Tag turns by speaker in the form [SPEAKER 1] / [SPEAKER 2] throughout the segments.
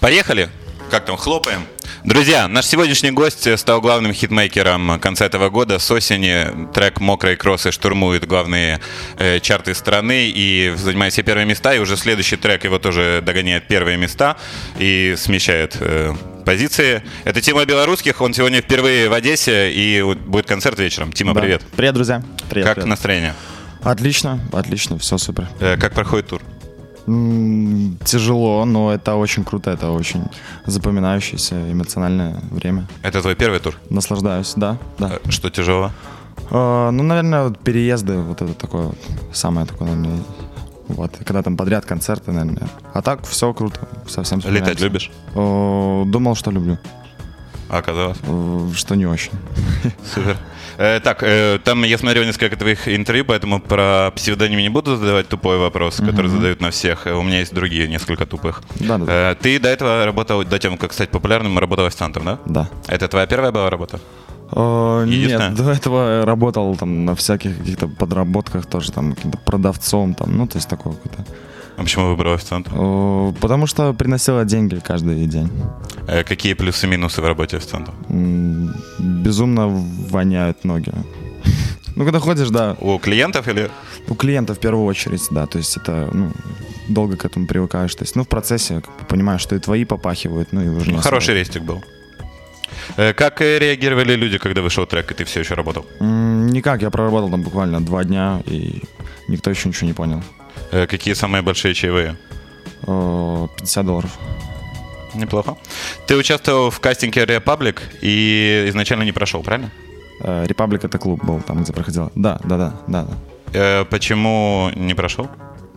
[SPEAKER 1] Поехали? Как там, хлопаем? Друзья, наш сегодняшний гость стал главным хитмейкером конца этого года. С осени трек «Мокрые кроссы» штурмует главные э, чарты страны и занимает все первые места. И уже следующий трек его тоже догоняет первые места и смещает э, позиции. Это Тима Белорусских. Он сегодня впервые в Одессе и вот будет концерт вечером. Тима,
[SPEAKER 2] Да.
[SPEAKER 1] привет.
[SPEAKER 2] Привет, друзья. Привет.
[SPEAKER 1] как
[SPEAKER 2] привет.
[SPEAKER 1] настроение?
[SPEAKER 2] Отлично, отлично, все супер.
[SPEAKER 1] Э, как проходит тур?
[SPEAKER 2] М, Тяжело, но это очень круто, это очень запоминающееся эмоциональное время.
[SPEAKER 1] Это твой первый тур?
[SPEAKER 2] Наслаждаюсь, да, да.
[SPEAKER 1] Э, Что тяжело?
[SPEAKER 2] Э, ну, наверное, вот переезды, вот это такое, вот, самое такое, наверное, вот, когда там подряд концерты, наверное. А так все круто, совсем всё
[SPEAKER 1] Летать
[SPEAKER 2] нравится.
[SPEAKER 1] любишь?
[SPEAKER 2] Э, Думал, что люблю,
[SPEAKER 1] А оказалось?
[SPEAKER 2] э, что не очень.
[SPEAKER 1] Супер. Э, так, э, там я смотрел несколько твоих интервью, поэтому про псевдоним не буду задавать тупой вопрос, который задают на всех. Э, У меня есть другие несколько тупых.
[SPEAKER 2] Да, да, да.
[SPEAKER 1] Э, ты до этого работал, до тем, как стать популярным, работал официантом, да?
[SPEAKER 2] Да.
[SPEAKER 1] Это твоя первая была работа?
[SPEAKER 2] Э,
[SPEAKER 1] Единственное?
[SPEAKER 2] Нет, до этого работал там на всяких каких-то подработках тоже там каким-то продавцом там, ну то есть такого какой-то.
[SPEAKER 1] А почему выбрал официанта?
[SPEAKER 2] Э, Потому что приносила деньги каждый день.
[SPEAKER 1] Э, какие плюсы и минусы в работе официанта?
[SPEAKER 2] М, Безумно воняют ноги. Ну когда ходишь, да,
[SPEAKER 1] У клиентов или...
[SPEAKER 2] у клиента в первую очередь, да, то есть это ну долго к этому привыкаешь, то есть ну в процессе как бы понимаешь, что и твои попахивают, ну и уже не
[SPEAKER 1] Ну,
[SPEAKER 2] особо.
[SPEAKER 1] Хороший рейстик был. Э, Как э, реагировали люди, когда вышел трек, и ты все еще работал?
[SPEAKER 2] М, Никак, я проработал там буквально два дня и никто еще ничего не понял.
[SPEAKER 1] Э, Какие самые большие чаевые?
[SPEAKER 2] Э, 50 долларов.
[SPEAKER 1] Неплохо. Ты участвовал в кастинге Republic и изначально не прошел, правильно?
[SPEAKER 2] Э, Репаблик это клуб был, там, где проходила. Да, да, да, да. да.
[SPEAKER 1] Э, почему не прошел?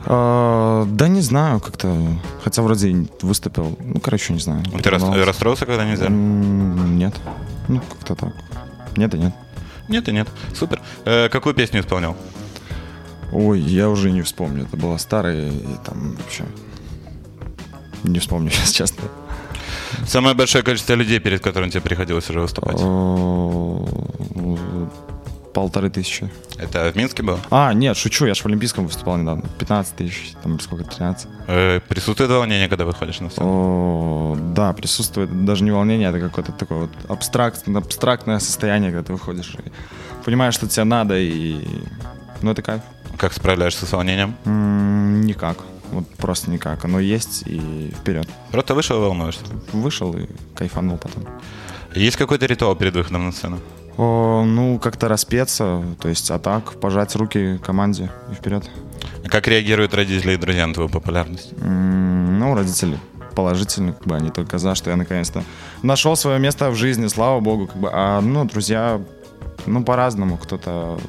[SPEAKER 2] Э, да не знаю, как-то. Хотя вроде и выступил. Ну, короче, не знаю.
[SPEAKER 1] А Ты рас-
[SPEAKER 2] Волновался.
[SPEAKER 1] расстроился, когда не взяли?
[SPEAKER 2] М, Нет. Ну, как-то так. Нет и нет.
[SPEAKER 1] Нет и нет. Супер. Э, какую песню исполнял?
[SPEAKER 2] Ой, я уже не вспомню. Это было старое и там вообще. Не вспомню сейчас, честно.
[SPEAKER 1] Самое большое количество людей, перед которым тебе приходилось уже выступать.
[SPEAKER 2] Э, Полторы тысячи.
[SPEAKER 1] Это в Минске было?
[SPEAKER 2] А, нет, шучу, я же в Олимпийском выступал недавно. 15 тысяч, там или сколько, 13.
[SPEAKER 1] Э, присутствует волнение, когда выходишь на сцену?
[SPEAKER 2] О, да, присутствует даже не волнение, а это какое-то такое вот абстракт, абстрактное состояние, когда ты выходишь и понимаешь, что тебе надо, и... Ну, это кайф.
[SPEAKER 1] Как справляешься с волнением?
[SPEAKER 2] М, никак. Вот просто никак. Оно есть, и вперед.
[SPEAKER 1] Просто вышел и волнуешься.
[SPEAKER 2] Вышел и кайфанул потом.
[SPEAKER 1] Есть какой-то ритуал перед выходом на сцену?
[SPEAKER 2] О, ну, как-то распеться, то есть, а так, пожать руки команде и вперед.
[SPEAKER 1] Как реагируют родители и друзья на твою популярность?
[SPEAKER 2] М, Ну, родители положительно, как бы они только за, что я наконец-то нашел свое место в жизни, слава богу, как бы. А, ну, друзья, ну, по-разному, кто-то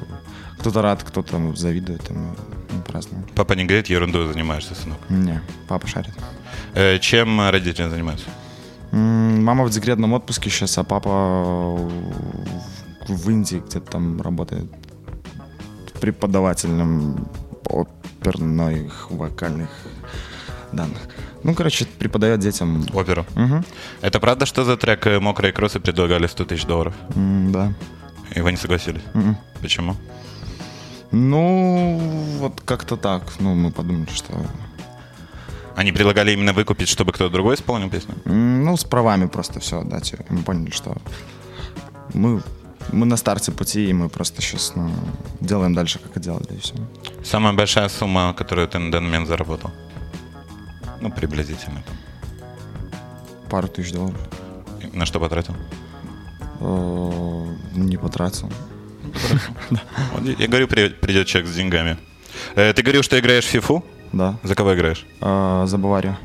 [SPEAKER 2] кто-то рад, кто-то ну, завидует, там, ну, по-разному.
[SPEAKER 1] Папа не говорит, ерундой занимаешься, сынок.
[SPEAKER 2] Не, папа шарит.
[SPEAKER 1] Э, чем э, родители занимаются?
[SPEAKER 2] М, Мама в декретном отпуске сейчас, а папа в- в Индии где-то там работает преподавателем оперных вокальных данных. Ну, короче, преподает детям.
[SPEAKER 1] Оперу.
[SPEAKER 2] Мгм.
[SPEAKER 1] Это правда, что за трек э, «Мокрые кроссы» предлагали 100 тысяч долларов?
[SPEAKER 2] М, Да.
[SPEAKER 1] И вы не согласились?
[SPEAKER 2] Мгм.
[SPEAKER 1] Почему?
[SPEAKER 2] Ну, вот как-то так. Ну, мы подумали, что...
[SPEAKER 1] Они предлагали именно выкупить, чтобы кто-то другой исполнил песню?
[SPEAKER 2] М, Ну, с правами просто все отдать. И Мы поняли, что мы, мы на старте пути, и мы просто сейчас ну, делаем дальше, как и делали, и все.
[SPEAKER 1] Самая большая сумма, которую ты на данный момент заработал? Ну, приблизительно.
[SPEAKER 2] Пару тысяч долларов.
[SPEAKER 1] И На что потратил?
[SPEAKER 2] Э, Не потратил.
[SPEAKER 1] Вот я- я говорю, при- придет человек с деньгами. Э, Ты говорил, что играешь в фифу?
[SPEAKER 2] Да.
[SPEAKER 1] За кого играешь?
[SPEAKER 2] Э, За Баварию.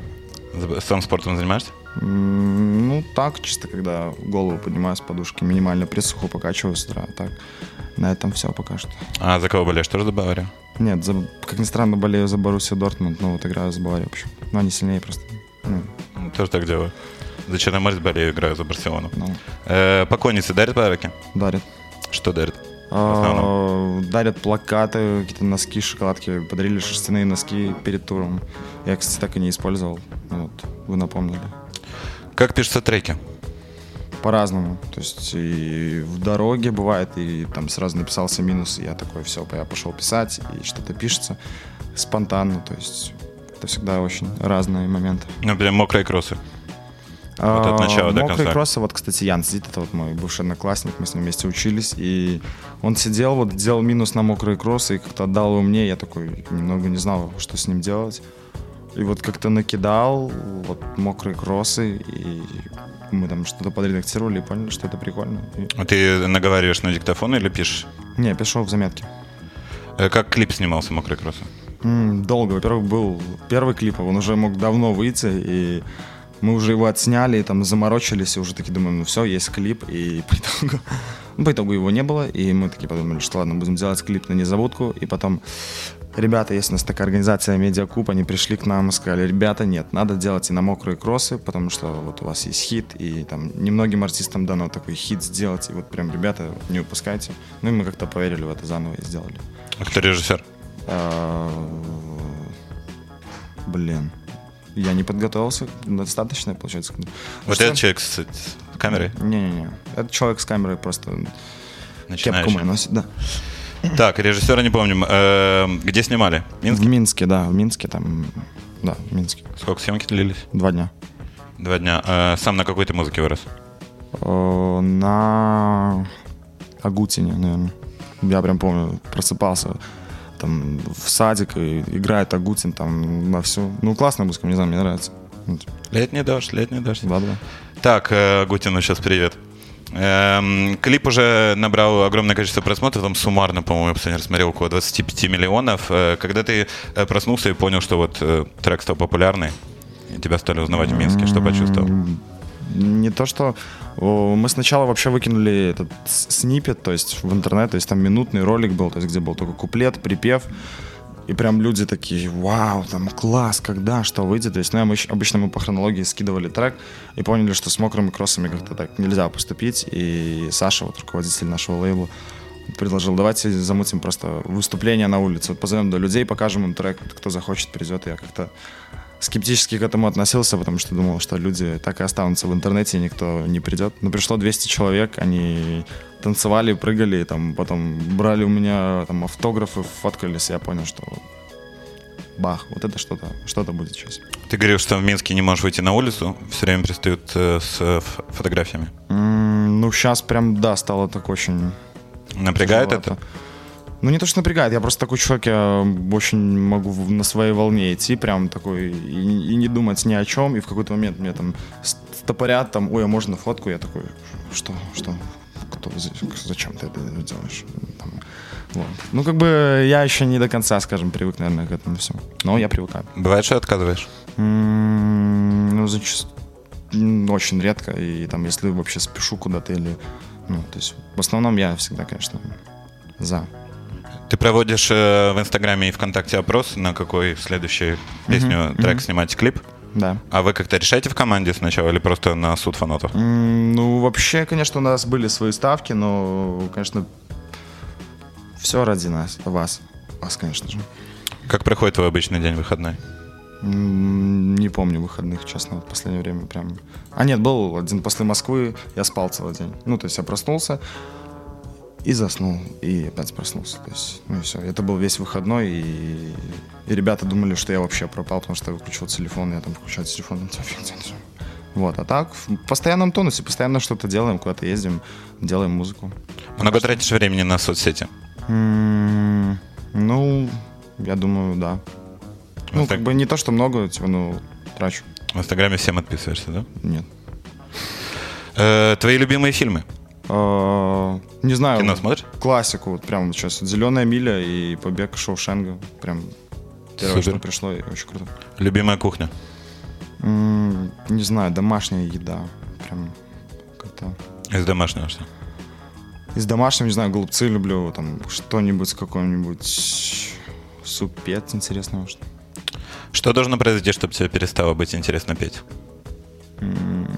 [SPEAKER 1] За- Сам спортом занимаешься?
[SPEAKER 2] М, Ну, так, чисто когда голову поднимаю с подушки, минимально присуху покачиваю с утра. Так, на этом все пока что.
[SPEAKER 1] А за кого болеешь? Тоже за Баварию?
[SPEAKER 2] Нет, за- как ни странно, болею за Боруссию Дортмунд, но вот играю за Баварию вообще. Но они сильнее просто. Ну,
[SPEAKER 1] Ну, Тоже так делаю. За Черноморец болею, играю за Барселону.
[SPEAKER 2] ну,
[SPEAKER 1] Э, Покойницы дарят подарки?
[SPEAKER 2] дарят.
[SPEAKER 1] Что дарят?
[SPEAKER 2] А, дарят плакаты, какие-то носки, шоколадки. Подарили шерстяные носки перед туром. Я, кстати, так и не использовал. Ну Вот, вы напомнили.
[SPEAKER 1] Как пишутся треки?
[SPEAKER 2] По-разному. То есть и в дороге бывает, и там сразу написался минус, и я такой, все, я пошел писать, и что-то пишется спонтанно. То есть это всегда очень разные моменты.
[SPEAKER 1] Например, Ну, мокрые кроссы. Вот от
[SPEAKER 2] А,
[SPEAKER 1] начала до
[SPEAKER 2] мокрые
[SPEAKER 1] конца.
[SPEAKER 2] кроссы, вот, кстати, Ян сидит, это вот мой бывший одноклассник, мы с ним вместе учились, и он сидел, вот, делал минус на мокрые кроссы, и как-то отдал его мне, я такой немного не знал, что с ним делать. И вот как-то накидал вот мокрые кроссы, и мы там что-то подредактировали и поняли, что это прикольно. И-
[SPEAKER 1] А ты наговариваешь на диктофон или пишешь?
[SPEAKER 2] Не, пишу в заметке.
[SPEAKER 1] Э, Как клип снимался «Мокрые кроссы»?
[SPEAKER 2] М, Долго. Во-первых, был первый клип, он уже мог давно выйти, и мы уже его отсняли, и там заморочились, и уже такие думаем, ну все, есть клип, и по итогу, ну, по итогу его не было, и мы такие подумали, что ладно, будем делать клип на незабудку, и потом ребята, есть у нас такая организация Медиакуб, они пришли к нам и сказали, ребята, нет, надо делать и на мокрые кроссы, потому что вот у вас есть хит, и там немногим артистам дано такой хит сделать, и вот прям, ребята, не упускайте. Ну и мы как-то поверили в это заново и сделали.
[SPEAKER 1] А Кто режиссер?
[SPEAKER 2] А, Эм, Блин. Я не подготовился достаточно, получается.
[SPEAKER 1] Вот этот человек с с камерой
[SPEAKER 2] Не-не-не. Это человек с камерой просто кепку
[SPEAKER 1] начинающий.
[SPEAKER 2] мою носит, да.
[SPEAKER 1] Так, режиссера не помним. Эм, Где снимали? Минск?
[SPEAKER 2] В Минске, да, в Минске там... Да, в Минске.
[SPEAKER 1] Сколько съемки длились?
[SPEAKER 2] Два дня.
[SPEAKER 1] Два дня. Э, Сам на какой-то музыке вырос?
[SPEAKER 2] О, Э, На Агутине, наверное. Я прям помню, просыпался там в садик и играет Агутин там на всю. Ну, классная музыка, не знаю, мне нравится. Вот,
[SPEAKER 1] Летний дождь, летний дождь.
[SPEAKER 2] Да-да.
[SPEAKER 1] Так, э, Гутину сейчас привет. Эм, клип уже набрал огромное количество просмотров, там суммарно, по-моему, я последний раз смотрел, около 25 миллионов. Э, когда ты э, проснулся и понял, что вот э, трек стал популярный, и тебя стали узнавать в Минске, что почувствовал?
[SPEAKER 2] Не то, что... о, Мы сначала вообще выкинули этот с- снипет, то есть в интернет, то есть там минутный ролик был, то есть где был только куплет, припев, и прям люди такие, вау, там класс, когда, что выйдет. То есть, ну, я обыч- обычно мы по хронологии скидывали трек и поняли, что с мокрыми кроссами как-то так нельзя поступить. И Саша, вот руководитель нашего лейбла, предложил, давайте замутим просто выступление на улице. Вот позовем до людей, покажем им трек, кто захочет, придет. Я как-то скептически к этому относился, потому что думал, что люди так и останутся в интернете, и никто не придет. Но пришло 200 человек, они танцевали, прыгали, и там потом брали у меня там автографы, фоткались, и я понял, что бах, вот это что-то, что-то будет сейчас.
[SPEAKER 1] Ты говорил, что в Минске не можешь выйти на улицу, все время пристают э, с э, ф- фотографиями.
[SPEAKER 2] М, Ну, сейчас прям, да, стало так очень
[SPEAKER 1] Напрягает это?
[SPEAKER 2] тяжеловато. Ну, не то, что напрягает, я просто такой человек, я очень могу в- на своей волне идти, прям такой, и, и не думать ни о чем, и в какой-то момент мне там с- стопорят, там, ой, а можно фотку? Я такой, что, что, кто, за- зачем ты это делаешь? Там, вот. Ну, как бы я еще не до конца, скажем, привык, наверное, к этому всему, но я привыкаю.
[SPEAKER 1] Бывает, что отказываешь?
[SPEAKER 2] М, Ну, зачастую. Очень редко. И там, если вообще спешу куда-то или... Ну, то есть, в основном я всегда, конечно, за.
[SPEAKER 1] Ты проводишь э, в Инстаграме и ВКонтакте опрос, на какой следующую песню трек снимать клип.
[SPEAKER 2] Да.
[SPEAKER 1] А вы как-то решаете в команде сначала или просто на суд фанатов?
[SPEAKER 2] М, Ну, вообще, конечно, у нас были свои ставки, но, конечно, все ради нас, вас. Вас, конечно же.
[SPEAKER 1] Как проходит твой обычный день выходной?
[SPEAKER 2] М, Не помню выходных, честно, вот в последнее время прям. А нет, был один после Москвы, я спал целый день. Ну, то есть я проснулся и заснул, и опять проснулся. То есть, ну и все. Это был весь выходной, и, и ребята думали, что я вообще пропал, потому что я выключил телефон, я там включал телефон, там тьфу, тьфу, тьфу. Вот, а так в постоянном тонусе, постоянно что-то делаем, куда-то ездим, делаем музыку.
[SPEAKER 1] Много тратишь времени на соцсети?
[SPEAKER 2] М, Ну, я думаю, да. Ну,
[SPEAKER 1] так-
[SPEAKER 2] как бы не то, что много, типа, ну, трачу.
[SPEAKER 1] В Инстаграме всем отписываешься, да?
[SPEAKER 2] Нет.
[SPEAKER 1] Э, твои любимые фильмы?
[SPEAKER 2] Э, Не знаю.
[SPEAKER 1] Кино смотришь?
[SPEAKER 2] Классику, вот прям вот сейчас. Зеленая миля и побег из Шоушенга. Прям первое,
[SPEAKER 1] Супер.
[SPEAKER 2] что пришло, и очень круто.
[SPEAKER 1] Любимая кухня?
[SPEAKER 2] М, Не знаю, домашняя еда. Прям как-то.
[SPEAKER 1] Из домашнего что?
[SPEAKER 2] Из домашнего, не знаю, голубцы люблю, там что-нибудь с какой-нибудь супец интересный, может.
[SPEAKER 1] Что должно произойти, чтобы тебе перестало быть интересно петь?
[SPEAKER 2] М,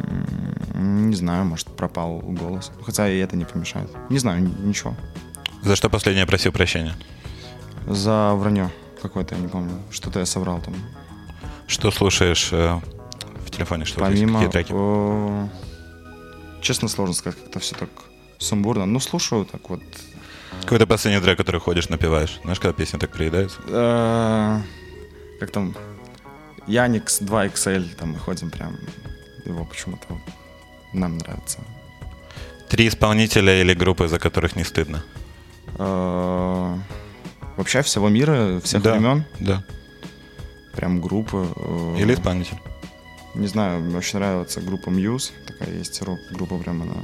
[SPEAKER 2] Не знаю, может, пропал голос. Хотя и это не помешает. Не знаю, н- ничего.
[SPEAKER 1] За что последнее просил прощения?
[SPEAKER 2] За вранье какое-то, я не помню. Что-то я соврал там.
[SPEAKER 1] Что слушаешь э, в телефоне? Что вот есть?
[SPEAKER 2] Помимо...
[SPEAKER 1] Какие треки?
[SPEAKER 2] э, Честно, сложно сказать, как-то все так сумбурно. Ну, слушаю так вот.
[SPEAKER 1] Какой-то последний трек, который ходишь, напиваешь. Знаешь, когда песня так приедается?
[SPEAKER 2] э, Как там? Яникс 2XL, там мы ходим прям его почему-то нам нравится.
[SPEAKER 1] Три исполнителя или группы, за которых не стыдно?
[SPEAKER 2] Э, Вообще всего мира, всех
[SPEAKER 1] Да.
[SPEAKER 2] времен,
[SPEAKER 1] Да.
[SPEAKER 2] прям группы. э,
[SPEAKER 1] Или исполнитель?
[SPEAKER 2] Не знаю, мне очень нравится группа Muse, такая есть рок группа прям она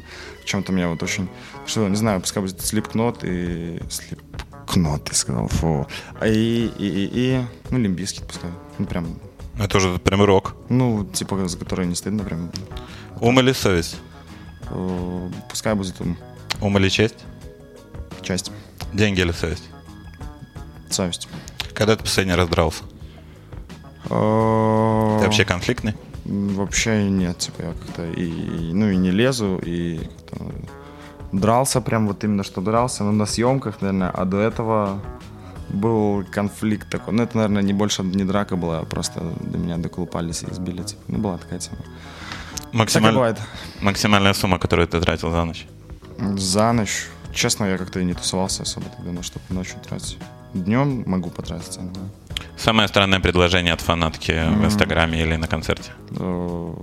[SPEAKER 2] чем-то меня вот очень, что не знаю, пускай будет Slipknot и Slipknot, я сказал, фу, А и и и, и ну Лимбискет пускай, ну прям,
[SPEAKER 1] Это уже прям рок.
[SPEAKER 2] ну типа за которые не стыдно прям,
[SPEAKER 1] Ум или совесть?
[SPEAKER 2] Э, пускай будет там
[SPEAKER 1] Ум или честь?
[SPEAKER 2] часть
[SPEAKER 1] Деньги или совесть?
[SPEAKER 2] совесть.
[SPEAKER 1] Когда ты последний раз дрался?
[SPEAKER 2] Э,
[SPEAKER 1] Ты вообще конфликтный?
[SPEAKER 2] М, Вообще нет, типа я как-то и, и, ну и не лезу, и как-то дрался прям вот именно что дрался, ну на съемках, наверное, а до этого был конфликт такой, ну это, наверное, не больше не драка была, а просто до меня доколупались и избили, типа, ну была такая тема. Всякое
[SPEAKER 1] Максималь-
[SPEAKER 2] бывает.
[SPEAKER 1] Максимальная сумма, которую ты тратил за ночь?
[SPEAKER 2] За ночь, честно, я как-то и не тусовался особо тогда, ну чтобы ночью тратить. Днем могу потратиться, но
[SPEAKER 1] Самое странное предложение от фанатки в Инстаграме или на концерте?
[SPEAKER 2] э,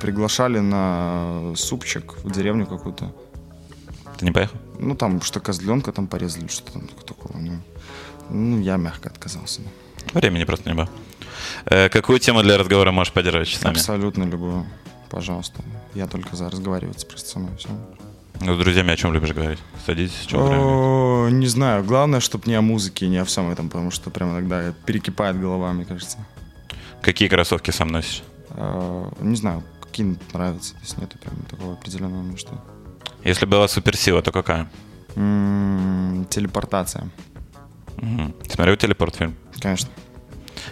[SPEAKER 2] приглашали на супчик в деревню какую-то.
[SPEAKER 1] Ты не поехал?
[SPEAKER 2] Ну, там, что козленка там порезали, что там такого. Ну, ну, я мягко отказался. да.
[SPEAKER 1] Времени просто не было. Э, какую тему для разговора можешь поддерживать часами?
[SPEAKER 2] Абсолютно любую. Пожалуйста. Я только за разговаривать просто со мной. Все.
[SPEAKER 1] Ну, с друзьями о чем любишь говорить? Садитесь, о чем вдвоем?
[SPEAKER 2] Не знаю. Главное, чтобы не о музыке, не о всем этом, потому что прям иногда перекипает голова, мне кажется.
[SPEAKER 1] Какие кроссовки сам носишь?
[SPEAKER 2] Э, Не знаю, какие нравятся. То есть нету прям такого определенного мне что.
[SPEAKER 1] Если была суперсила, то какая?
[SPEAKER 2] М, М-м, Телепортация.
[SPEAKER 1] Мгм. Смотрел телепорт фильм?
[SPEAKER 2] Конечно.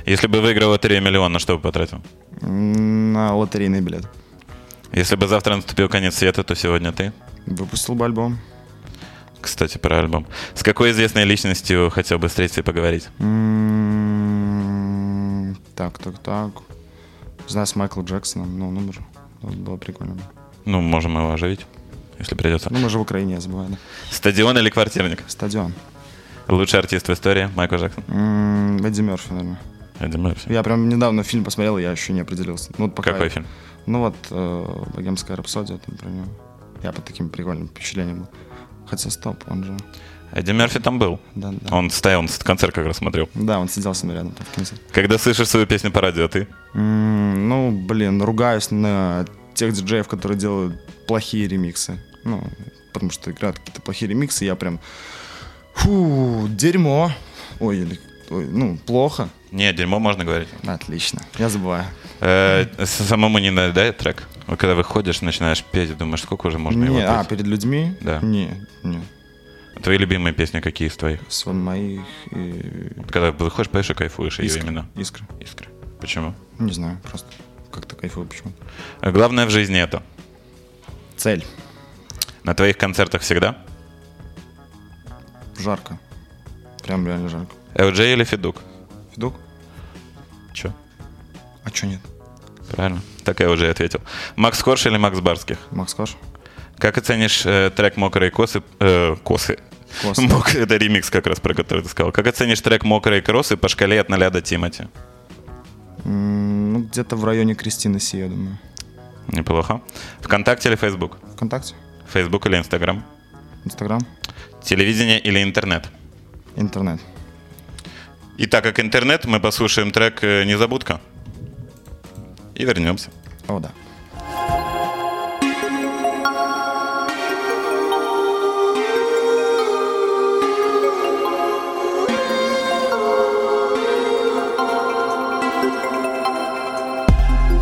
[SPEAKER 1] Если бы выиграл лотерею миллион, на что бы потратил?
[SPEAKER 2] М, М-м, На лотерейный билет.
[SPEAKER 1] Если бы завтра наступил конец света, то сегодня ты?
[SPEAKER 2] Выпустил бы альбом.
[SPEAKER 1] Кстати, про альбом. С какой известной личностью хотел бы встретиться и поговорить?
[SPEAKER 2] М, Так, так, так. Не Знаю, с Майкла Джексоном, ну, номер. Вот Было прикольно.
[SPEAKER 1] Ну, можем его оживить, если придется.
[SPEAKER 2] Ну, мы же в Украине, я забываю, да.
[SPEAKER 1] Стадион или квартирник?
[SPEAKER 2] Стадион.
[SPEAKER 1] Лучший артист в истории Майкл Джексон.
[SPEAKER 2] М, М-м-м, Эдди Мерфи, наверное.
[SPEAKER 1] Эдди Мерфи.
[SPEAKER 2] Я прям недавно фильм посмотрел, я еще не определился. Ну, вот пока...
[SPEAKER 1] Какой фильм?
[SPEAKER 2] Ну, вот э, «Богемская рапсодия», там про него. Я под таким прикольным впечатлением был. Хотя, стоп, он же...
[SPEAKER 1] Эдди Мерфи там был.
[SPEAKER 2] Да, да.
[SPEAKER 1] Он стоял, он концерт как раз смотрел.
[SPEAKER 2] Да, он сидел со мной рядом там в кинотеатре.
[SPEAKER 1] Когда слышишь свою песню по радио, ты?
[SPEAKER 2] М, Ну, блин, ругаюсь на тех диджеев, которые делают плохие ремиксы. Ну, потому что играют какие-то плохие ремиксы, я прям... Фу, дерьмо. Ой, или- ой, ну, плохо.
[SPEAKER 1] Не, дерьмо можно говорить.
[SPEAKER 2] Отлично, я забываю.
[SPEAKER 1] Э, с- самому не надоедает трек? Вот когда выходишь, начинаешь петь, думаешь, сколько уже можно его
[SPEAKER 2] не, а,
[SPEAKER 1] петь?
[SPEAKER 2] перед людьми?
[SPEAKER 1] Да.
[SPEAKER 2] Не, не.
[SPEAKER 1] Твои любимые песни какие из твоих?
[SPEAKER 2] С вон моих э, и...
[SPEAKER 1] Вот Когда выходишь, поешь и кайфуешь ее
[SPEAKER 2] Искры.
[SPEAKER 1] именно.
[SPEAKER 2] Искры.
[SPEAKER 1] Искры. Почему?
[SPEAKER 2] Ну, Не знаю, просто как-то кайфово почему.
[SPEAKER 1] А Главное в жизни это.
[SPEAKER 2] Цель.
[SPEAKER 1] На твоих концертах всегда?
[SPEAKER 2] Жарко. Прям реально жарко.
[SPEAKER 1] LJ Э, или Федук?
[SPEAKER 2] Федук?
[SPEAKER 1] Че?
[SPEAKER 2] А чё нет?
[SPEAKER 1] Правильно. Так я уже и ответил. Макс Корж или Макс Барских?
[SPEAKER 2] Макс Кош?
[SPEAKER 1] Как оценишь э, трек «Мокрые косы»? э, косы.
[SPEAKER 2] Кос.
[SPEAKER 1] Мокрые, это ремикс как раз, про который ты сказал. Как оценишь трек «Мокрые кросы» по шкале от 0 до Тимати?
[SPEAKER 2] М, Ну, где-то в районе Кристины Си, я думаю.
[SPEAKER 1] Неплохо. ВКонтакте или Фейсбук?
[SPEAKER 2] ВКонтакте,
[SPEAKER 1] Фейсбук или Инстаграм?
[SPEAKER 2] Инстаграм,
[SPEAKER 1] Телевидение или интернет?
[SPEAKER 2] интернет.
[SPEAKER 1] И так как интернет, мы послушаем трек э, «Незабудка». И вернемся.
[SPEAKER 2] О, да.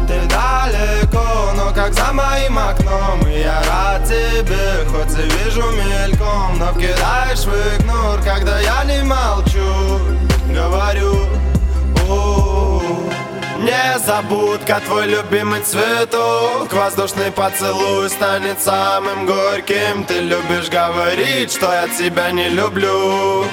[SPEAKER 3] Ты далеко, но как за моим окном И я рад тебе, хоть и вижу мельком Но кидаешь в игнор, когда я не молчу Говорю, у Незабудка, твой любимый цветок Воздушный поцелуй станет самым горьким Ты любишь говорить, что я тебя не люблю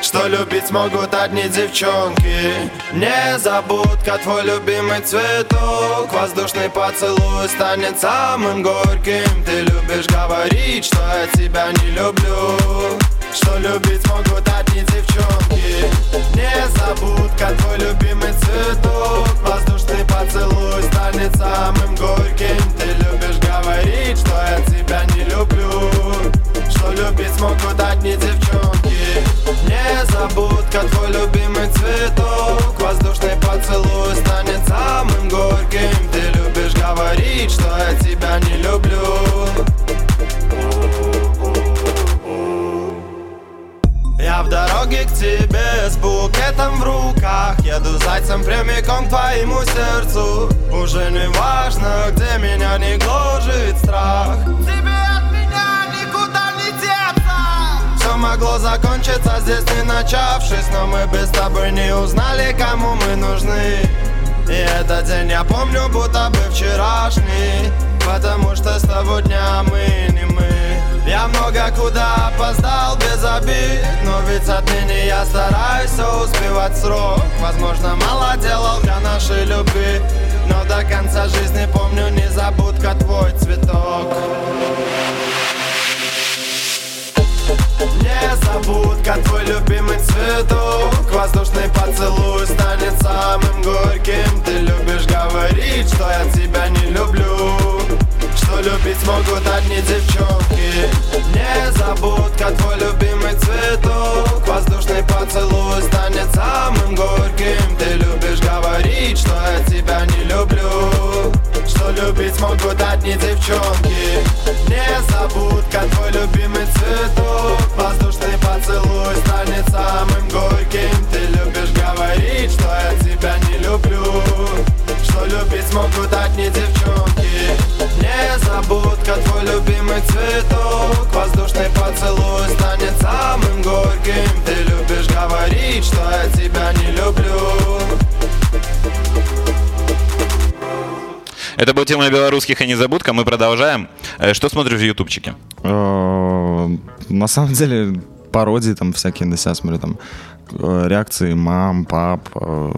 [SPEAKER 3] что любить могут одни девчонки Незабудка, твой любимый цветок Воздушный поцелуй станет самым горьким Ты любишь говорить, что я тебя не люблю Что любить могут одни девчонки Незабудка, твой любимый цветок Воздушный поцелуй станет самым горьким Ты любишь говорить, что я тебя не люблю Что любить могут одни девчонки Незабудка, твой любимый цветок Воздушный поцелуй станет самым горьким Ты любишь говорить, что я тебя не люблю Я в дороге к тебе с букетом в руках Еду зайцем прямиком к твоему сердцу Уже не важно, где меня не гложет страх Тебе от меня никуда не деться Все могло закончиться здесь не начавшись Но мы без тобой не узнали, кому мы нужны И этот день я помню, будто бы вчерашний Потому что с того дня мы не мы я много куда опоздал без обид Но ведь отныне я стараюсь всё успевать в срок Возможно, мало делал для нашей любви Но до конца жизни помню незабудка твой цветок Незабудка, твой любимый цветок Воздушный поцелуй станет самым горьким Ты любишь говорить, что я тебя не люблю Что любить могут одни девчонки Незабудка, твой любимый цветок Воздушный поцелуй станет самым горьким Ты любишь говорить, что я тебя не люблю что любить могут одни девчонки Незабудка, твой любимый цветок Воздушный поцелуй станет самым горьким Ты любишь говорить, что я тебя не люблю Что любить могут одни девчонки Незабудка, твой любимый цветок Воздушный поцелуй станет самым горьким Ты любишь говорить, что я тебя не люблю
[SPEAKER 1] Это была тема белорусских и незабудка. Мы продолжаем. Э, Что смотришь в ютубчике?
[SPEAKER 2] Э, На самом деле пародии там всякие, да сейчас смотрю, там э, реакции мам, пап, э,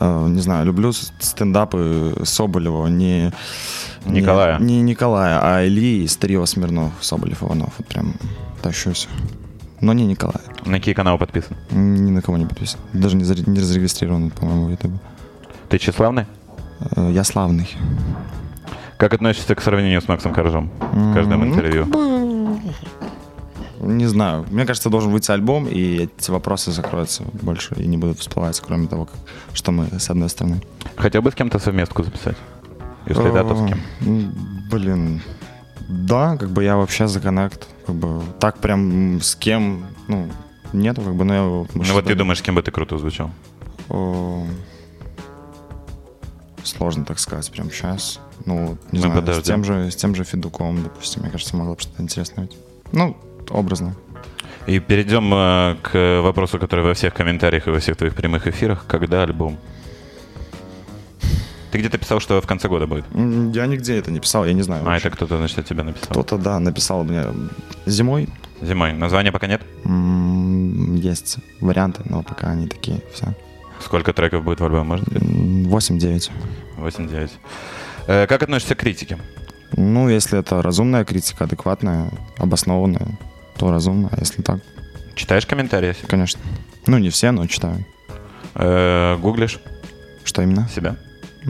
[SPEAKER 2] э, не знаю, люблю с- стендапы Соболева, не... не-
[SPEAKER 1] Николая.
[SPEAKER 2] Не, Николая, а Ильи из трио Смирнов, Соболев, Иванов, вот прям тащусь. Но не Николая,
[SPEAKER 1] На какие каналы подписан?
[SPEAKER 2] ни на кого не подписан, даже не, заре- не зарегистрирован, по-моему, в Ютубе.
[SPEAKER 1] Ты тщеславный?
[SPEAKER 2] Э, Я славный.
[SPEAKER 1] Как относишься к сравнению с Максом Коржом в каждом
[SPEAKER 2] М, ну,
[SPEAKER 1] интервью?
[SPEAKER 2] Не знаю. Мне кажется, должен выйти альбом, и эти вопросы закроются больше и не будут всплывать, кроме того, как- что мы с одной стороны.
[SPEAKER 1] Хотел бы с кем-то совместку записать? Если да, то с кем?
[SPEAKER 2] Э, м, Блин. Да, как бы я вообще за коннект. Как бы так прям м, с кем, ну, нету, как бы, но я...
[SPEAKER 1] Ну вот ты думаешь, с кем бы ты круто звучал?
[SPEAKER 2] думаешь. Сложно так сказать прям сейчас. Ну, вот, не
[SPEAKER 1] Мы
[SPEAKER 2] знаю,
[SPEAKER 1] подождем.
[SPEAKER 2] с тем, же, с тем же Федуком, допустим, мне кажется, могло бы что-то интересное быть. Ну, образно.
[SPEAKER 1] И перейдем э, к вопросу, который во всех комментариях и во всех твоих прямых эфирах. Когда альбом? Ты где-то писал, что в конце года будет.
[SPEAKER 2] М, Я нигде это не писал, я не знаю.
[SPEAKER 1] А, это кто-то, значит, от тебя написал.
[SPEAKER 2] Кто-то, да, написал мне зимой.
[SPEAKER 1] Зимой. Названия пока нет?
[SPEAKER 2] М, Есть варианты, но пока они такие все.
[SPEAKER 1] Сколько треков будет в альбоме, может быть?
[SPEAKER 2] М, 8-9.
[SPEAKER 1] 8-9. Э, Как относишься к критике?
[SPEAKER 2] Ну, если это разумная критика, адекватная, обоснованная, то разумно, а если так,
[SPEAKER 1] Читаешь комментарии?
[SPEAKER 2] конечно. Ну, не все, но читаю.
[SPEAKER 1] Э, Гуглишь
[SPEAKER 2] Что именно?
[SPEAKER 1] себя?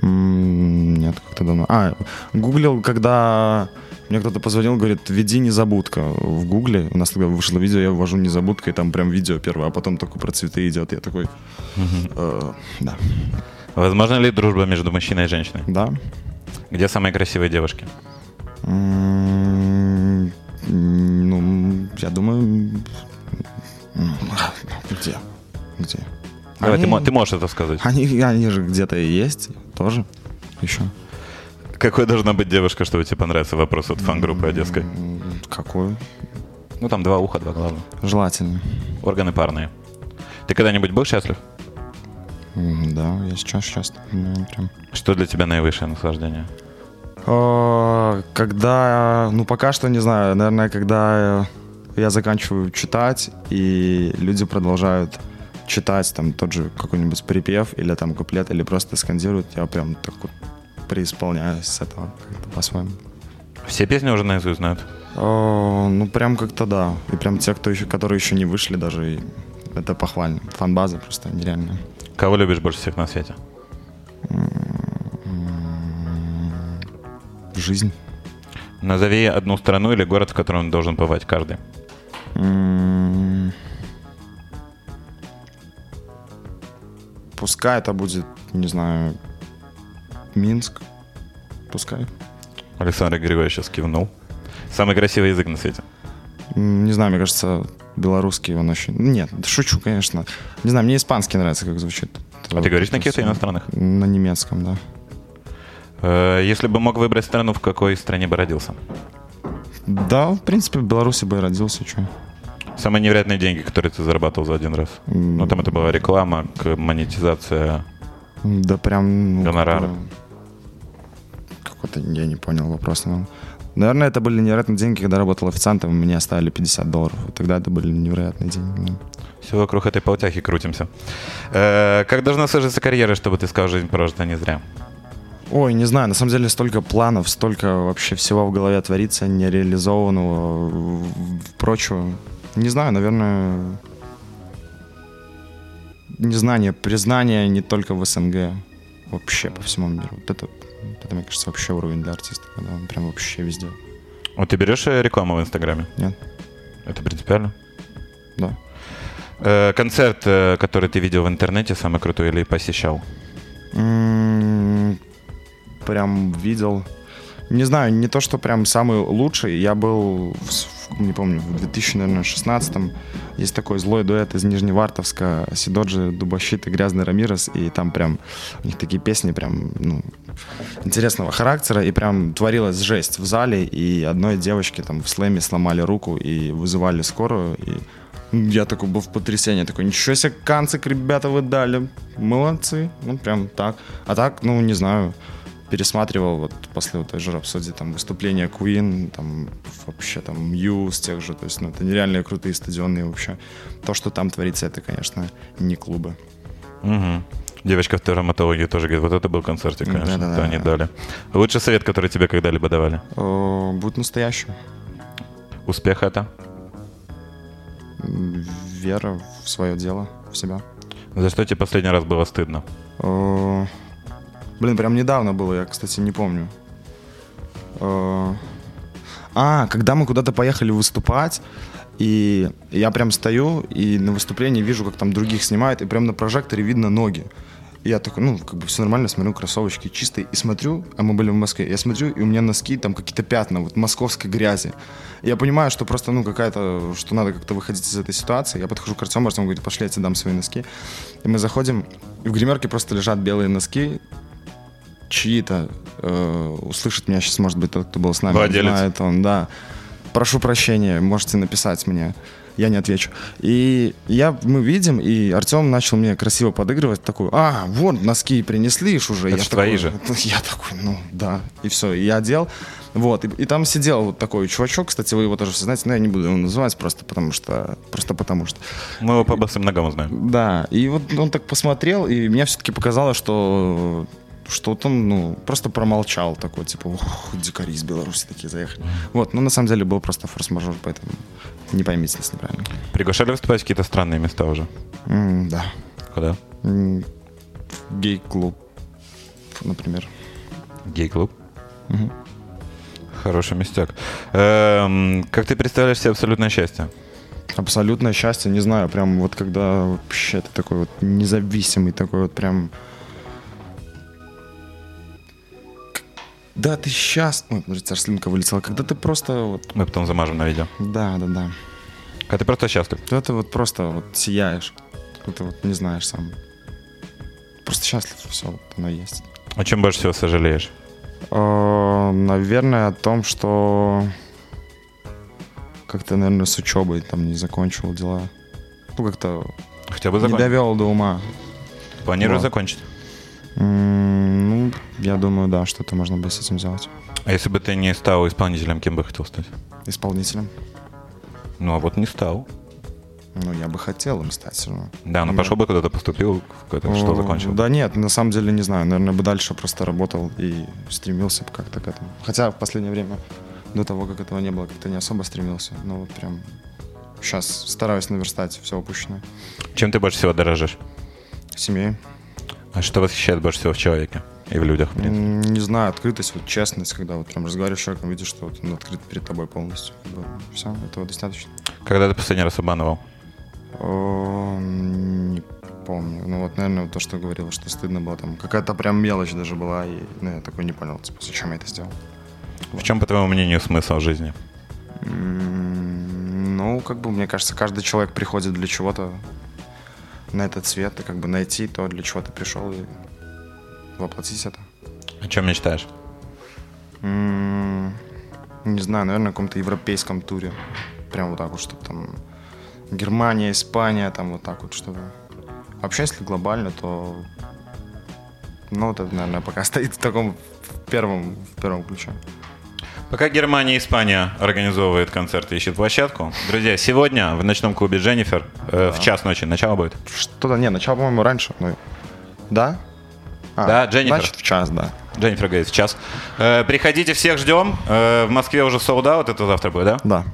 [SPEAKER 2] М, Нет, как-то давно. А, гуглил, когда мне кто-то позвонил, говорит, введи незабудка в гугле. У нас тогда вышло видео, я ввожу незабудка, и там прям видео первое, а потом только про цветы идет. Я такой, «Э, да.
[SPEAKER 1] Возможно ли дружба между мужчиной и женщиной?
[SPEAKER 2] Да.
[SPEAKER 1] Где самые красивые девушки?
[SPEAKER 2] М, Ну, я думаю... м, Где? Где?
[SPEAKER 1] Давай, ты,
[SPEAKER 2] Они-
[SPEAKER 1] мо- ты можешь это сказать.
[SPEAKER 2] Они, они же где-то и есть тоже еще.
[SPEAKER 1] Какой должна быть девушка, чтобы тебе понравился вопрос от фан-группы одесской?
[SPEAKER 2] М, Какую?
[SPEAKER 1] Ну, там два уха, два главных.
[SPEAKER 2] Желательно.
[SPEAKER 1] Органы парные. Ты когда-нибудь был счастлив?
[SPEAKER 2] М, Да, я сейчас, сейчас Ну, прям.
[SPEAKER 1] Что для тебя наивысшее наслаждение?
[SPEAKER 2] А, Когда, ну пока что не знаю, наверное, когда э, я заканчиваю читать, и люди продолжают читать там тот же какой-нибудь припев или там куплет, или просто скандируют, я прям так вот преисполняюсь с этого как-то по-своему.
[SPEAKER 1] Все песни уже наизусть знают.
[SPEAKER 2] Э, ну, прям как-то да. И прям те, кто еще, которые еще не вышли даже, и это похвально. Фанбаза просто нереальная.
[SPEAKER 1] Кого любишь больше всех на свете?
[SPEAKER 2] Жизнь.
[SPEAKER 1] Назови одну страну или город, в котором должен бывать каждый.
[SPEAKER 2] М. Пускай это будет, не знаю, Минск. Пускай.
[SPEAKER 1] Александр Григорьевич сейчас кивнул. Самый красивый язык на свете.
[SPEAKER 2] М, Не знаю, мне кажется, белорусский он очень... Нет, шучу, конечно. Не знаю, мне испанский нравится, как звучит.
[SPEAKER 1] А ты говоришь на каких-то иностранных?
[SPEAKER 2] На немецком, да.
[SPEAKER 1] Э, Если бы мог выбрать страну, в какой стране бы родился?
[SPEAKER 2] Да, в принципе, в Беларуси бы и родился, что.
[SPEAKER 1] Самые невероятные деньги, которые ты зарабатывал за один раз.
[SPEAKER 2] М.
[SPEAKER 1] Ну, там это была реклама, к- монетизация.
[SPEAKER 2] Да прям... ну,
[SPEAKER 1] Гонорары.
[SPEAKER 2] какой-то- Какой-то, я не понял вопрос. но- Наверное, это были невероятные деньги, когда работал официантом, мне оставили 50 долларов. И тогда это были невероятные деньги. да.
[SPEAKER 1] Все вокруг этой полтяхи крутимся. Э, Как должна сложиться карьера, чтобы ты сказал, жизнь прожита не зря?
[SPEAKER 2] Ой, не знаю, на самом деле столько планов, столько вообще всего в голове творится, нереализованного, в- в- прочего. Не знаю, наверное, незнание, признание не только в СНГ, вообще по всему миру. Вот это, вот это, мне кажется, вообще уровень для артиста, когда он прям вообще везде.
[SPEAKER 1] Вот ты берешь э, рекламу в Инстаграме?
[SPEAKER 2] Нет.
[SPEAKER 1] Это принципиально?
[SPEAKER 2] Да.
[SPEAKER 1] Э, Концерт, э, который ты видел в интернете, самый крутой или посещал?
[SPEAKER 2] М, М-м-м, Прям видел. Не знаю, не то, что прям самый лучший. Я был, в с- в, не помню, в 2016 Есть такой злой дуэт из Нижневартовска. Сидоджи, Дубощит и Грязный Рамирес. И там прям у них такие песни прям, ну, интересного характера. И прям творилась жесть в зале. И одной девочке там в слэме сломали руку и вызывали скорую. И я такой был в потрясении, такой, ничего себе, канцик, ребята, вы дали. Молодцы. Ну, прям так. А так, ну, не знаю, пересматривал вот после вот той же «Рапсодии» там выступления Queen, там вообще там Muse тех же, то есть, ну, это нереальные крутые стадионные вообще. То, что там творится, это, конечно, не клубы.
[SPEAKER 1] Мгм. Девочка в травматологии тоже говорит, вот это был концертик, конечно,
[SPEAKER 2] Да-да-да.
[SPEAKER 1] да, они дали. Лучший совет, который тебе когда-либо давали?
[SPEAKER 2] Э, Будь настоящим.
[SPEAKER 1] Успех это?
[SPEAKER 2] М, Вера в свое дело, в себя.
[SPEAKER 1] За что тебе последний раз было стыдно?
[SPEAKER 2] Э, Блин, прям недавно было, я, кстати, не помню. Э, А, когда мы куда-то поехали выступать, и я прям стою, и на выступлении вижу, как там других снимают, и прям на прожекторе видно ноги. И я такой, ну, как бы все нормально, смотрю, кроссовочки чистые, и смотрю, а мы были в Москве, я смотрю, и у меня носки, там какие-то пятна, вот московской грязи. И я понимаю, что просто, ну, какая-то, что надо как-то выходить из этой ситуации. Я подхожу к Артему, Артем говорит, пошли, я тебе дам свои носки. И мы заходим, и в гримерке просто лежат белые носки, чьи-то, э, услышит меня сейчас, может быть, тот, кто был с нами,
[SPEAKER 1] Владелец.
[SPEAKER 2] знает он, да. Прошу прощения, можете написать мне. Я не отвечу. И я, мы видим, и Артем начал мне красиво подыгрывать, такой, а, вот, носки принесли ж уже.
[SPEAKER 1] Это
[SPEAKER 2] я
[SPEAKER 1] ж твои
[SPEAKER 2] такой,
[SPEAKER 1] же.
[SPEAKER 2] Я такой, ну, да. И все, и я одел. Вот, и, и там сидел вот такой чувачок, кстати, вы его тоже все знаете, но я не буду его называть просто потому что, просто потому что.
[SPEAKER 1] Мы его по босым ногам узнаем.
[SPEAKER 2] Да, и вот он так посмотрел, и мне все-таки показалось, что что вот он, ну, просто промолчал такой, типа, ух, дикари из Беларуси такие заехали. Вот, но на самом деле был просто форс-мажор, поэтому не поймите нас неправильно.
[SPEAKER 1] Приглашали выступать в какие-то странные места уже?
[SPEAKER 2] М, да.
[SPEAKER 1] Куда?
[SPEAKER 2] М, в Гей-клуб, например.
[SPEAKER 1] Гей-клуб.
[SPEAKER 2] Мгм.
[SPEAKER 1] Хороший местяк. Эм, как ты представляешь себе абсолютное счастье?
[SPEAKER 2] Абсолютное счастье, не знаю, прям вот когда вообще ты такой вот независимый, такой вот прям... Да, ты сейчас... Ой, смотрите, аж слюнка вылетела. Когда ты просто вот...
[SPEAKER 1] Мы потом замажем на видео.
[SPEAKER 2] Да, да, да.
[SPEAKER 1] Когда ты просто счастлив.
[SPEAKER 2] Когда ты вот просто вот сияешь. Когда ты вот не знаешь сам. Просто счастлив, все, вот оно есть.
[SPEAKER 1] О чем больше всего сожалеешь?
[SPEAKER 2] Э, Наверное, о том, что как-то, наверное, с учебой там не закончил дела. Ну, как-то
[SPEAKER 1] Хотя бы
[SPEAKER 2] не
[SPEAKER 1] закончить.
[SPEAKER 2] довел до ума.
[SPEAKER 1] Планирую
[SPEAKER 2] Да.
[SPEAKER 1] закончить.
[SPEAKER 2] М, Ну, я думаю, да, что-то можно было с этим сделать.
[SPEAKER 1] А если бы ты не стал исполнителем, кем бы хотел стать?
[SPEAKER 2] Исполнителем.
[SPEAKER 1] Ну, а вот не стал.
[SPEAKER 2] Ну, я бы хотел им стать. всё равно.
[SPEAKER 1] Да, ну
[SPEAKER 2] Да.
[SPEAKER 1] пошел бы куда-то поступил, в какое-то-
[SPEAKER 2] О,
[SPEAKER 1] что закончил.
[SPEAKER 2] Да нет, на самом деле не знаю. Наверное, бы дальше просто работал и стремился бы как-то к этому. Хотя в последнее время до того, как этого не было, как-то не особо стремился. Но вот прям сейчас стараюсь наверстать все упущенное.
[SPEAKER 1] Чем ты больше всего дорожишь?
[SPEAKER 2] Семьей.
[SPEAKER 1] А что восхищает больше всего в человеке и в людях, в принципе?
[SPEAKER 2] М, Не знаю, открытость, вот честность, когда вот прям разговариваешь с человеком, видишь, что вот он открыт перед тобой полностью. Все, этого достаточно.
[SPEAKER 1] Когда ты последний раз обманывал?
[SPEAKER 2] О, Эм, Не помню. Ну вот, наверное, вот то, что говорила, что стыдно было там. Какая-то прям мелочь даже была. И, ну, я такой не понял, типа, зачем я это сделал.
[SPEAKER 1] В чем, по твоему мнению, смысл жизни?
[SPEAKER 2] М, Ну, как бы, мне кажется, каждый человек приходит для чего-то на этот свет, и как бы найти то, для чего ты пришел, и воплотить это.
[SPEAKER 1] О чем мечтаешь?
[SPEAKER 2] М, Не знаю, наверное, на каком-то европейском туре. Прям вот так вот, чтобы там Германия, Испания, там вот так вот что-то. Вообще, если глобально, то... Ну, вот это, наверное, пока стоит в таком в первом, в первом ключе.
[SPEAKER 1] Пока Германия и Испания организовывают концерт и ищет площадку. Друзья, сегодня в ночном клубе Дженнифер э, в час ночи. Начало будет?
[SPEAKER 2] Что-то, не, начало, по-моему, раньше. но- Да? А,
[SPEAKER 1] Да, Дженнифер.
[SPEAKER 2] Значит, в час, да.
[SPEAKER 1] Дженнифер говорит, в час. Э, приходите, всех ждем. Э, в Москве уже солдат, это завтра будет, да?
[SPEAKER 2] Да.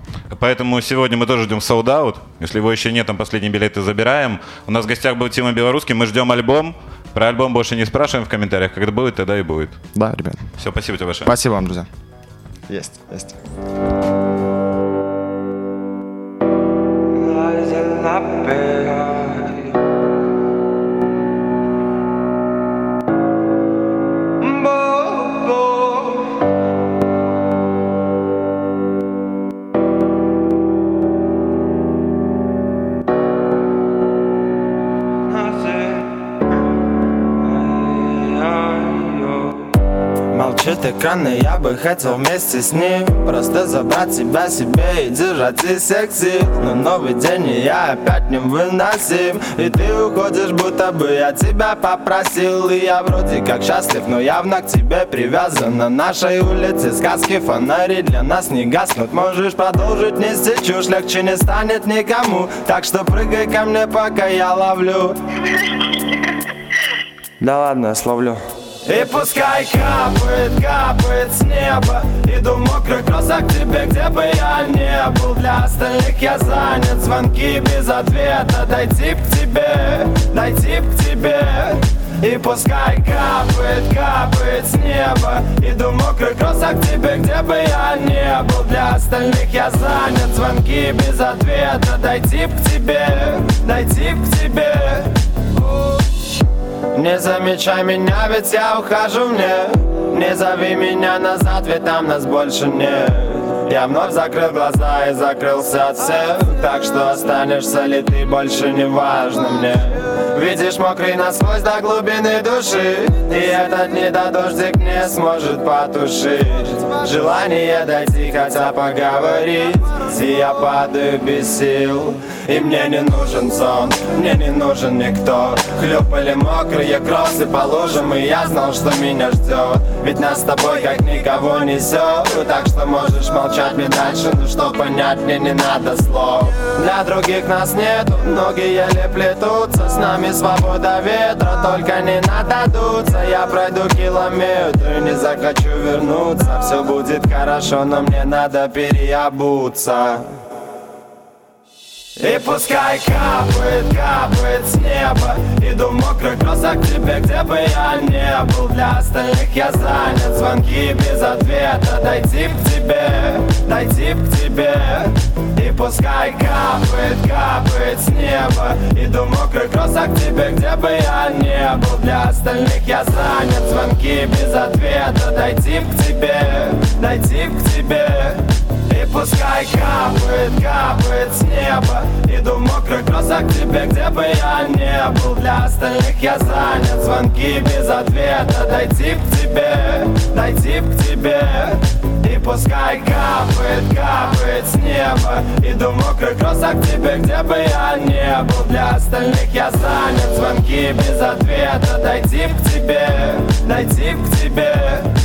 [SPEAKER 1] Поэтому сегодня мы тоже ждем солдаут. Если его еще нет, там последние билеты забираем. У нас в гостях был Тима Белорусский, мы ждем альбом. Про альбом больше не спрашиваем в комментариях. Когда будет, тогда и будет.
[SPEAKER 2] Да, ребят.
[SPEAKER 1] Все, спасибо тебе большое.
[SPEAKER 2] Спасибо вам, друзья. Есть, есть.
[SPEAKER 4] Lies in my bed. Bobo. Nothing.
[SPEAKER 3] Молчит экран, и я бы хотел вместе с ним Просто забрать себя себе и держать и секси Но новый день, и я опять не выносим И ты уходишь, будто бы я тебя попросил И я вроде как счастлив, но явно к тебе привязан На нашей улице сказки, фонари для нас не гаснут Можешь продолжить нести чушь, легче не станет никому Так что прыгай ко мне, пока я ловлю
[SPEAKER 4] Да ладно, я словлю.
[SPEAKER 3] И пускай капает, капает с неба Иду в мокрых кроссах к тебе, где бы я не был Для остальных я занят, звонки без ответа Дойти к тебе, дойти к тебе и пускай капает, капает с неба Иду в мокрых кроссах к тебе, где бы я не был Для остальных я занят, звонки без ответа Дойти к тебе, дойти к тебе не замечай меня, ведь я ухожу мне Не зови меня назад, ведь там нас больше нет Я вновь закрыл глаза и закрылся от всех Так что останешься ли ты, больше не важно мне Видишь мокрый насквозь до глубины души И этот недодождик не сможет потушить Желание дойти, хотя поговорить И я падаю без сил И мне не нужен сон, мне не нужен никто Хлюпали мокрые кроссы по лужам И я знал, что меня ждет Ведь нас с тобой как никого несет Так что можешь молчать мне дальше Ну что понять, мне не надо слов Для других нас нету Ноги еле плетутся С нами свобода ветра Только не надо дуться Я пройду километры Не захочу вернуться Все будет хорошо, но мне надо переобуться и пускай капает, капает с неба Иду в мокрых кроссах к тебе, где бы я не был Для остальных я занят, звонки без ответа Дойти к тебе, дойти к тебе И пускай капает, капает с неба Иду в мокрых кроссах к тебе, где бы я не был Для остальных я занят, звонки без ответа Дойти к тебе, дойти к тебе и пускай капает, капает с неба Иду в мокрых кроссах к тебе, где бы я не был Для остальных я занят, звонки без ответа Дойти к тебе, дойти к тебе И пускай капает, капает с неба Иду в мокрых кроссах к тебе, где бы я не был Для остальных я занят, звонки без ответа Дойти к тебе, дойти к тебе